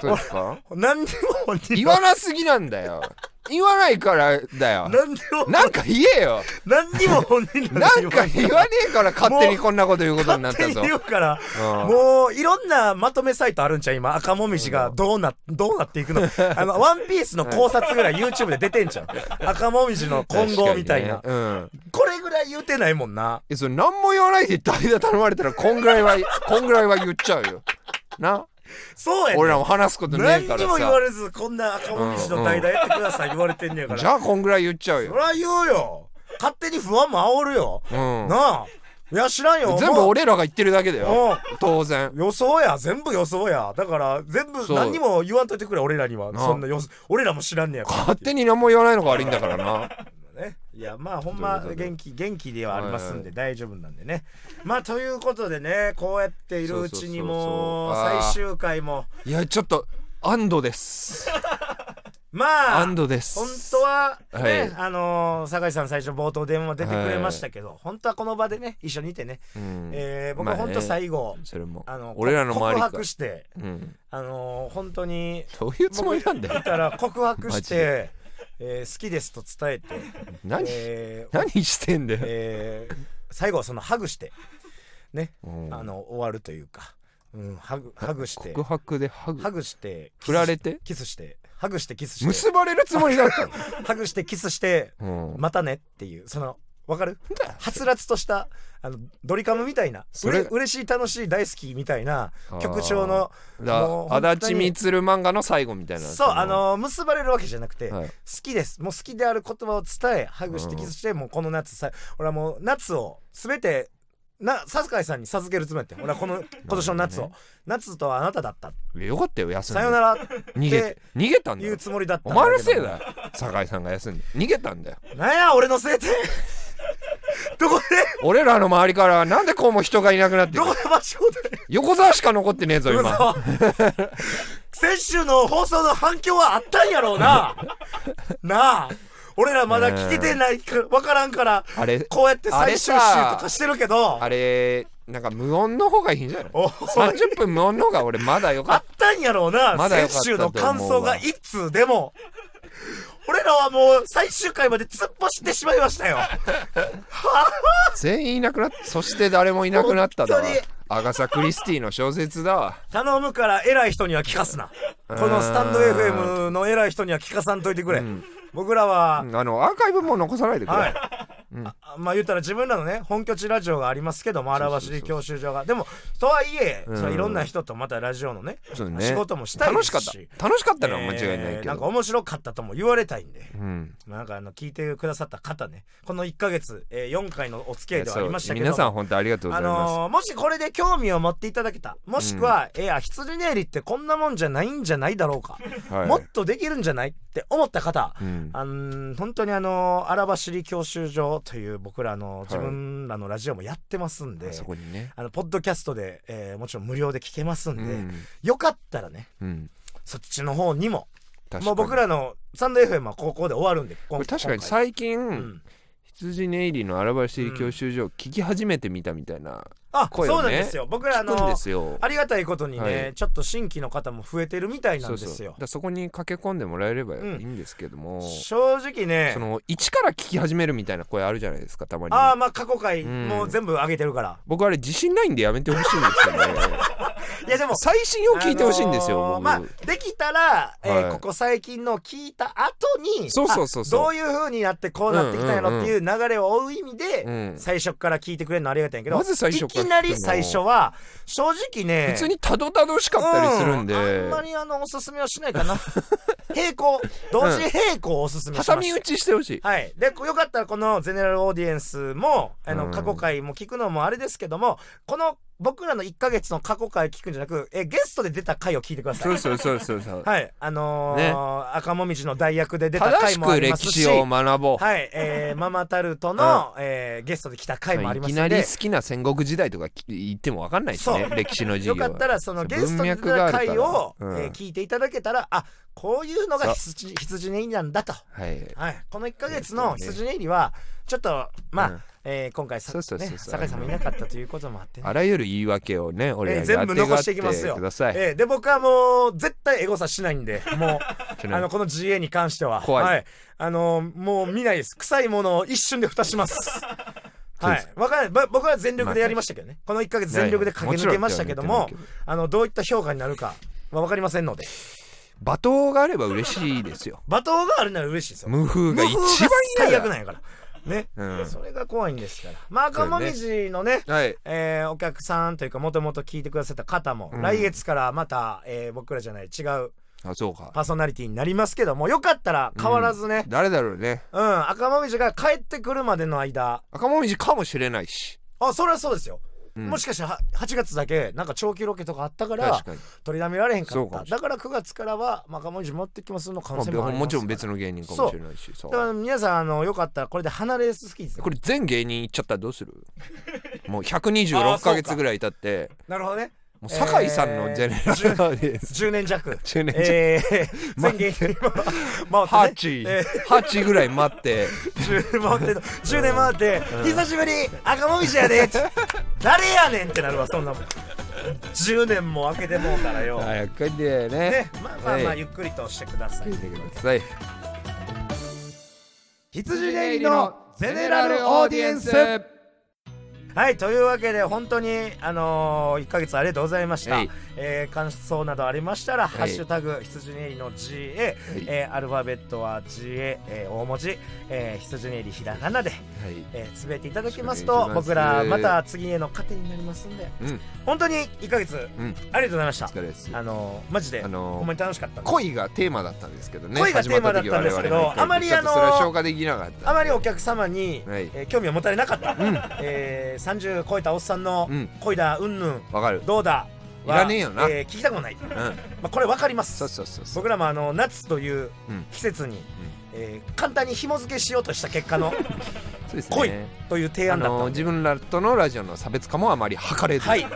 S1: そうです か
S3: 何にも本人
S1: 言
S3: ら
S1: わなすぎなんだよ言わないからだ よ
S3: 何にも
S1: なんか言えよ
S3: 何にも本人ら
S1: なんか言わねえから勝手にこんなこと言うことになっ
S3: 勝手
S1: た
S3: に
S1: ぞ
S3: 言うから
S1: うん
S3: もういろんなまとめサイトあるんちゃう今赤もみじがどうなどうなっていくのあのワンピースの考察ぐらい YouTube で出てん じゃん赤もみじの混合みたいな、
S1: 確かにねうん
S3: これぐらい言うてないもんな
S1: えそれ何も言わないで代打頼まれたらこんぐらい はこんぐらいは言っちゃうよな
S3: そうやね
S1: 俺らも話すことねえか
S3: 何
S1: ら
S3: に
S1: さ
S3: も言われずこんな赤もみじの代打やってください言われてんねやから
S1: じゃあこんぐらい言っちゃう
S3: そ
S1: よ、
S3: ら言うよ勝手に不安も煽るよ、
S1: うん、
S3: なあいや知らんよ
S1: 全部
S3: もう
S1: 俺らが言ってるだけだよ
S3: う
S1: 当然
S3: ん予想や全部予想やだから全部
S1: そう
S3: 何にも言わんといてくれ俺らには
S1: なあ
S3: そんな予想俺らも知らんねやから
S1: 勝手に何も言わないのが悪いんだからな
S3: ねいやまあほんま
S1: ということで
S3: 元気元気ではありますん
S1: はいは
S3: で大丈夫なんでねまあということでねこうやっているうちにも
S1: そ
S3: う
S1: うそうそうそうあー
S3: 最終回も
S1: いやちょっと安堵です
S3: まあ
S1: 安堵です
S3: 本当はね、
S1: はい
S3: あのー酒井さん最初冒頭電話出てくれましたけど、本当はこの場でね一緒にいてね、
S1: うん
S3: えー僕
S1: まあ
S3: は
S1: ね
S3: 本当最後、
S1: それも
S3: あの
S1: 俺らの周り
S3: 告
S1: か
S3: 白して
S1: うん
S3: あのー本当に
S1: どういうつもりなんだ
S3: だ
S1: よ
S3: から告 白
S1: マ
S3: し
S1: ジ
S3: て、えー好きですと伝えて、
S1: 何、
S3: えー
S1: 何してんだよ、
S3: えー最後はそのハグしてね、
S1: うん
S3: あの終わるというか、うん、ハグハグして
S1: 告白でハグ
S3: ハグして
S1: 振られて
S3: キスしてハグしてキスして
S1: 結ばれるつもりだ ったの
S3: ハグしてキスして
S1: うん
S3: またねっていうそのわかる
S1: だよ
S3: はつらつとしたあのドリカムみたいな
S1: そうれ
S3: れ嬉しい楽しい大好きみたいな曲調の
S1: だ
S3: もう本当に
S1: 足立みつる漫画の最後みたいな
S3: そうあの結ばれるわけじゃなくて、
S1: はい
S3: 好きですもう好きである言葉を伝えハグしてキスして、もうこの夏さ俺はもう夏を全てな酒井さんに授けるつもりだって俺はこ の今年の夏を、
S1: なる
S3: 夏とはあなただった
S1: よかったよ休んで
S3: さよならっ
S1: 逃げて
S3: て
S1: 逃げたんだ
S3: 言う
S1: よ
S3: つもりだった
S1: お前のせいだよ酒井さんが休んで逃げたんだよ
S3: なんや俺のせいってどこ
S1: 俺らの周りからなんでこうも人がいなくなって
S3: で
S1: る
S3: どこで間違うて
S1: 横沢しか残ってねえぞ今
S3: 嘘先週の放送の反響はあったんやろ うななあ俺らまだ聞けてないか分からんから
S1: あれ
S3: こうやって
S1: あ
S3: 最
S1: れ
S3: 終
S1: さ
S3: 週とかしてるけど
S1: あれなんか無音の方がいいんじゃない
S3: お
S1: 30分無音の方が俺まだよ
S3: あ
S1: か
S3: ったんやろうな、
S1: まだよかった
S3: 先週の
S1: と思うわ
S3: 感想が一通でも。俺らはもう最終回まで突っ走ってしまいましたよ。
S1: 全員いなくなったそして誰もいなくなっただわ
S3: 本当に
S1: アガサ・クリスティの小説だわ
S3: 頼むから偉い人には聞かすな。このスタンド FM の偉い人には聞かさんといてくれ。僕らは、
S1: あのアーカイブも残さないでくれ、
S3: はい。
S1: うん
S3: あ あまあ言ったら自分らのね本拠地ラジオがありますけども
S1: そうそうそう
S3: 荒走り教習所がでもとはいえ、
S1: うん
S3: そのいろんな人とまたラジオのね
S1: そうね
S3: 仕事もしたいで
S1: 楽
S3: す
S1: し
S3: し
S1: かった楽しかったのは間違いない
S3: えー
S1: け
S3: なんか
S1: ど、
S3: 面白かったとも言われたいんで
S1: うん
S3: なんかあの聞いてくださった方ねこの1ヶ月、えー4回のお付き
S1: い
S3: 合い
S1: や
S3: ではありまし
S1: そ
S3: た
S1: う
S3: けども
S1: 皆さん本当ありがとうご
S3: あ
S1: ざいます、
S3: のーもしこれで興味を持っていただけたもしくは、えや羊ネイリってこんなもんじゃないんじゃないだろうか、
S1: はい
S3: もっとできるんじゃないって思った方、
S1: うん
S3: あのー本当にあのー荒走り教習所という僕らの自分らのラジオもやってますんで、
S1: あそこにね
S3: あのポッドキャストで、えーもちろん無料で聞けますん
S1: う
S3: で、
S1: ん、
S3: よかったらね
S1: うん、
S3: そっちの方にも
S1: 確かに
S3: もう僕らのサンド FM はここで終わるんで
S1: こ
S3: 今
S1: れ確かに
S3: 今回
S1: 最近、
S3: うん
S1: 羊ネイリの荒走り教習所を聞き始めてみたみたいな、
S3: あ、
S1: 声をね
S3: そうなんですよ僕らあ
S1: 聞
S3: の
S1: くんですよ
S3: ありがたいことにね、
S1: はい
S3: ちょっと新規の方も増えてるみたいなん
S1: そう
S3: です
S1: そ
S3: よ
S1: うだからそこに駆け込んでもらえればいい
S3: うん
S1: んですけども、
S3: 正直ね
S1: その一から聞き始めるみたいな声あるじゃないですかたまに
S3: ああまあ過去回
S1: うん
S3: もう全部上げてるから、
S1: 僕あれ自信ないんでやめてほしいんですよね
S3: いやでも
S1: 最新を聞いてほしいんですよ、
S3: あのー
S1: 僕
S3: まあできたら、えー
S1: はい
S3: ここ最近の聞いた後に
S1: そうそうそうそう
S3: あどういう風になってこうなってきたんやろっていう流れを追う意味で、
S1: うん
S3: 最初から聞いてくれるのありがたいんやけど
S1: まず最初から
S3: いきなり最初は正直ね
S1: 普通にたどたどしかったりするんで、
S3: うあんまりあのおすすめはしない かな並行同時並行をおすすめしました
S1: 挟み撃ちしてほしい、
S3: はい、でこよかったらこのゼネラルオーディエンスもあ
S1: う
S3: の
S1: ん
S3: 過去回も聞くのもあれですけどもこの僕らの1ヶ月の過去回聞くんじゃなくえゲストで出た回を聞いてくださ
S1: そ。
S3: いう
S1: そうそうそうそう
S3: はい、あのー赤もみじの代役で出た
S1: 正
S3: 回
S1: し
S3: もあ
S1: く
S3: りま
S1: 歴
S3: すし
S1: 史を学ぼう、
S3: はい、えーママタルトの、えーゲストで来た回もあり
S1: い
S3: ます
S1: き
S3: の
S1: なり
S3: で
S1: 好きな戦国時代とかき言っても分かんないですね
S3: そう
S1: 歴史の授
S3: よ
S1: 業は
S3: かったらそのゲストで出
S1: 文脈があ
S3: た
S1: るから
S3: 回を、
S1: うん
S3: えー聞いていただけたらあこういうのが羊羊ネイリなんだと。
S1: はい
S3: はい、この1か月の羊ネイリはちょっとまあ、
S1: うん
S3: えー今回さ
S1: そうそうそうそう
S3: ね、酒井さんもいなかったということもあってね、
S1: あらゆる言い訳をね俺ら
S3: えー
S1: に
S3: 全部
S1: 当て
S3: 残
S1: がっ
S3: して
S1: て
S3: いきますよ
S1: ください、
S3: えーで僕はもう絶対エゴサしないんでも
S1: ち
S3: う
S1: な
S3: あ
S1: み
S3: の
S1: に
S3: この GA に関しては
S1: 怖い
S3: はい、あのーもう見ないです臭いものを一瞬で蓋します
S1: そう
S3: は
S1: です
S3: い、わかんないば僕は全力でやりましたけどねこの1か月全力で駆け抜けましたけども
S1: いやいやもちろん
S3: あのどういった評価になるかは分かりませんので
S1: 罵倒があれば嬉しいです よ
S3: 罵倒があるなら嬉しいですよ
S1: 無風が一番
S3: 最
S1: 嫌
S3: 悪
S1: だ
S3: なんやからね、
S1: うん
S3: それが怖いんですからまあ赤もみじのね
S1: はい
S3: えーお客さんというかもともと聞いてくださった方も、
S1: うん
S3: 来月からまた、えー僕らじゃない違う
S1: あそうか
S3: パーソナリティになりますけどもよかったら変わらずね、
S1: 誰だろうね
S3: うん赤もみじが帰ってくるまでの間
S1: 赤もみじかもしれないし、
S3: あそれはそうですよ、
S1: うん
S3: もしかしたら8月だけなんか長期ロケとかあったから
S1: 確かに、
S3: 取りだめられへんか
S1: そ
S3: っ
S1: うか
S3: た
S1: もしれ
S3: だから9月からはまあ赤もみじ持ってきますの可
S1: ま
S3: 能
S1: あ、
S3: 性もあります
S1: もちろん別
S3: の
S1: の芸人かもしれないしそう
S3: だから皆さんあのよかったらこれで離れすぎですね
S1: これ全芸人いっちゃったらどうす るもう126か月ぐらい経って
S3: なるほどね
S1: もう酒井さんのジェネラルオーディエンス
S3: 10年弱
S1: 10年中
S3: えー、全芸人も回ってねえ
S1: 8、8ぐらい待って
S3: 10回って10年回って、久しぶり赤もみじやでって誰やねんってなるわそんなもん10年も開けてもうからよ、
S1: 早く帰ってね
S3: ねまあまあまあ
S1: はい
S3: ゆっくりとしてください
S1: 帰ってください
S3: 羊
S1: ネイリ
S3: の
S1: ゼ
S3: ネラルオーディエンス
S1: は
S3: はいというわけで本当にあのー、1ヶ月ありがとうございました、
S1: はい
S3: えー感想などありましたら「
S1: い
S3: ハッシュタグ羊ネイリの GA、えーアルファベットは GA、えー大文字、えー、羊ネイリひらがなで」
S1: い、
S3: えー、つぶやいていただきます
S1: よろし
S3: と
S1: くお願いします
S3: 僕らまた次への糧になりますんで
S1: うん
S3: 本当に1ヶ月
S1: うん
S3: ありがとうございまし
S1: お
S3: た
S1: 疲れです
S3: あのーマジで、
S1: あのー
S3: ほんまに楽しかった
S1: 恋がテーマだったんですけどね
S3: 恋がテーマだったんですけど
S1: 始また時は我々の
S3: あまり
S1: ちょっと
S3: あの
S1: それは消化できなかった
S3: あまりお客様に、
S1: はい
S3: えー興味を持たれなかった、
S1: ん
S3: えー30超えたおっさんの
S1: うん
S3: 恋だうんぬん
S1: わかる
S3: どうだはい
S1: らねえよな
S3: えー聞きたくもない、ま
S1: うん
S3: あ、これわかります
S1: そうそうそうそう
S3: 僕らもあの夏という
S1: うん
S3: 季節に、えー簡単に紐付けしようとした結果の
S1: そうです
S3: 恋
S1: ね
S3: という提
S1: あ
S3: 案だった
S1: の
S3: んで
S1: 自分らとのラジオの差別化もあまり図れず、
S3: はい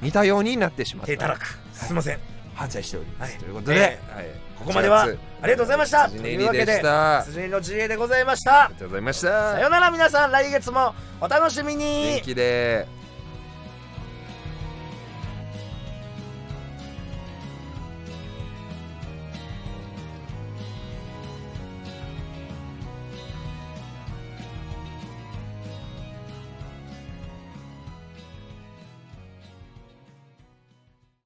S1: 似たようになってしまっ
S3: 手たら
S1: た
S3: くすいません
S1: 反省しております、
S3: はい
S1: ということで、
S3: え
S1: はい
S3: ここまではあ
S1: 8月
S3: りがとうございましたと
S1: ジネ
S3: い
S1: リ
S3: うわけ
S1: で
S3: で
S1: したあり
S3: 辻の GA でございました
S1: がとうございました
S3: さよなら皆さん来月もお楽しみに
S1: 元気で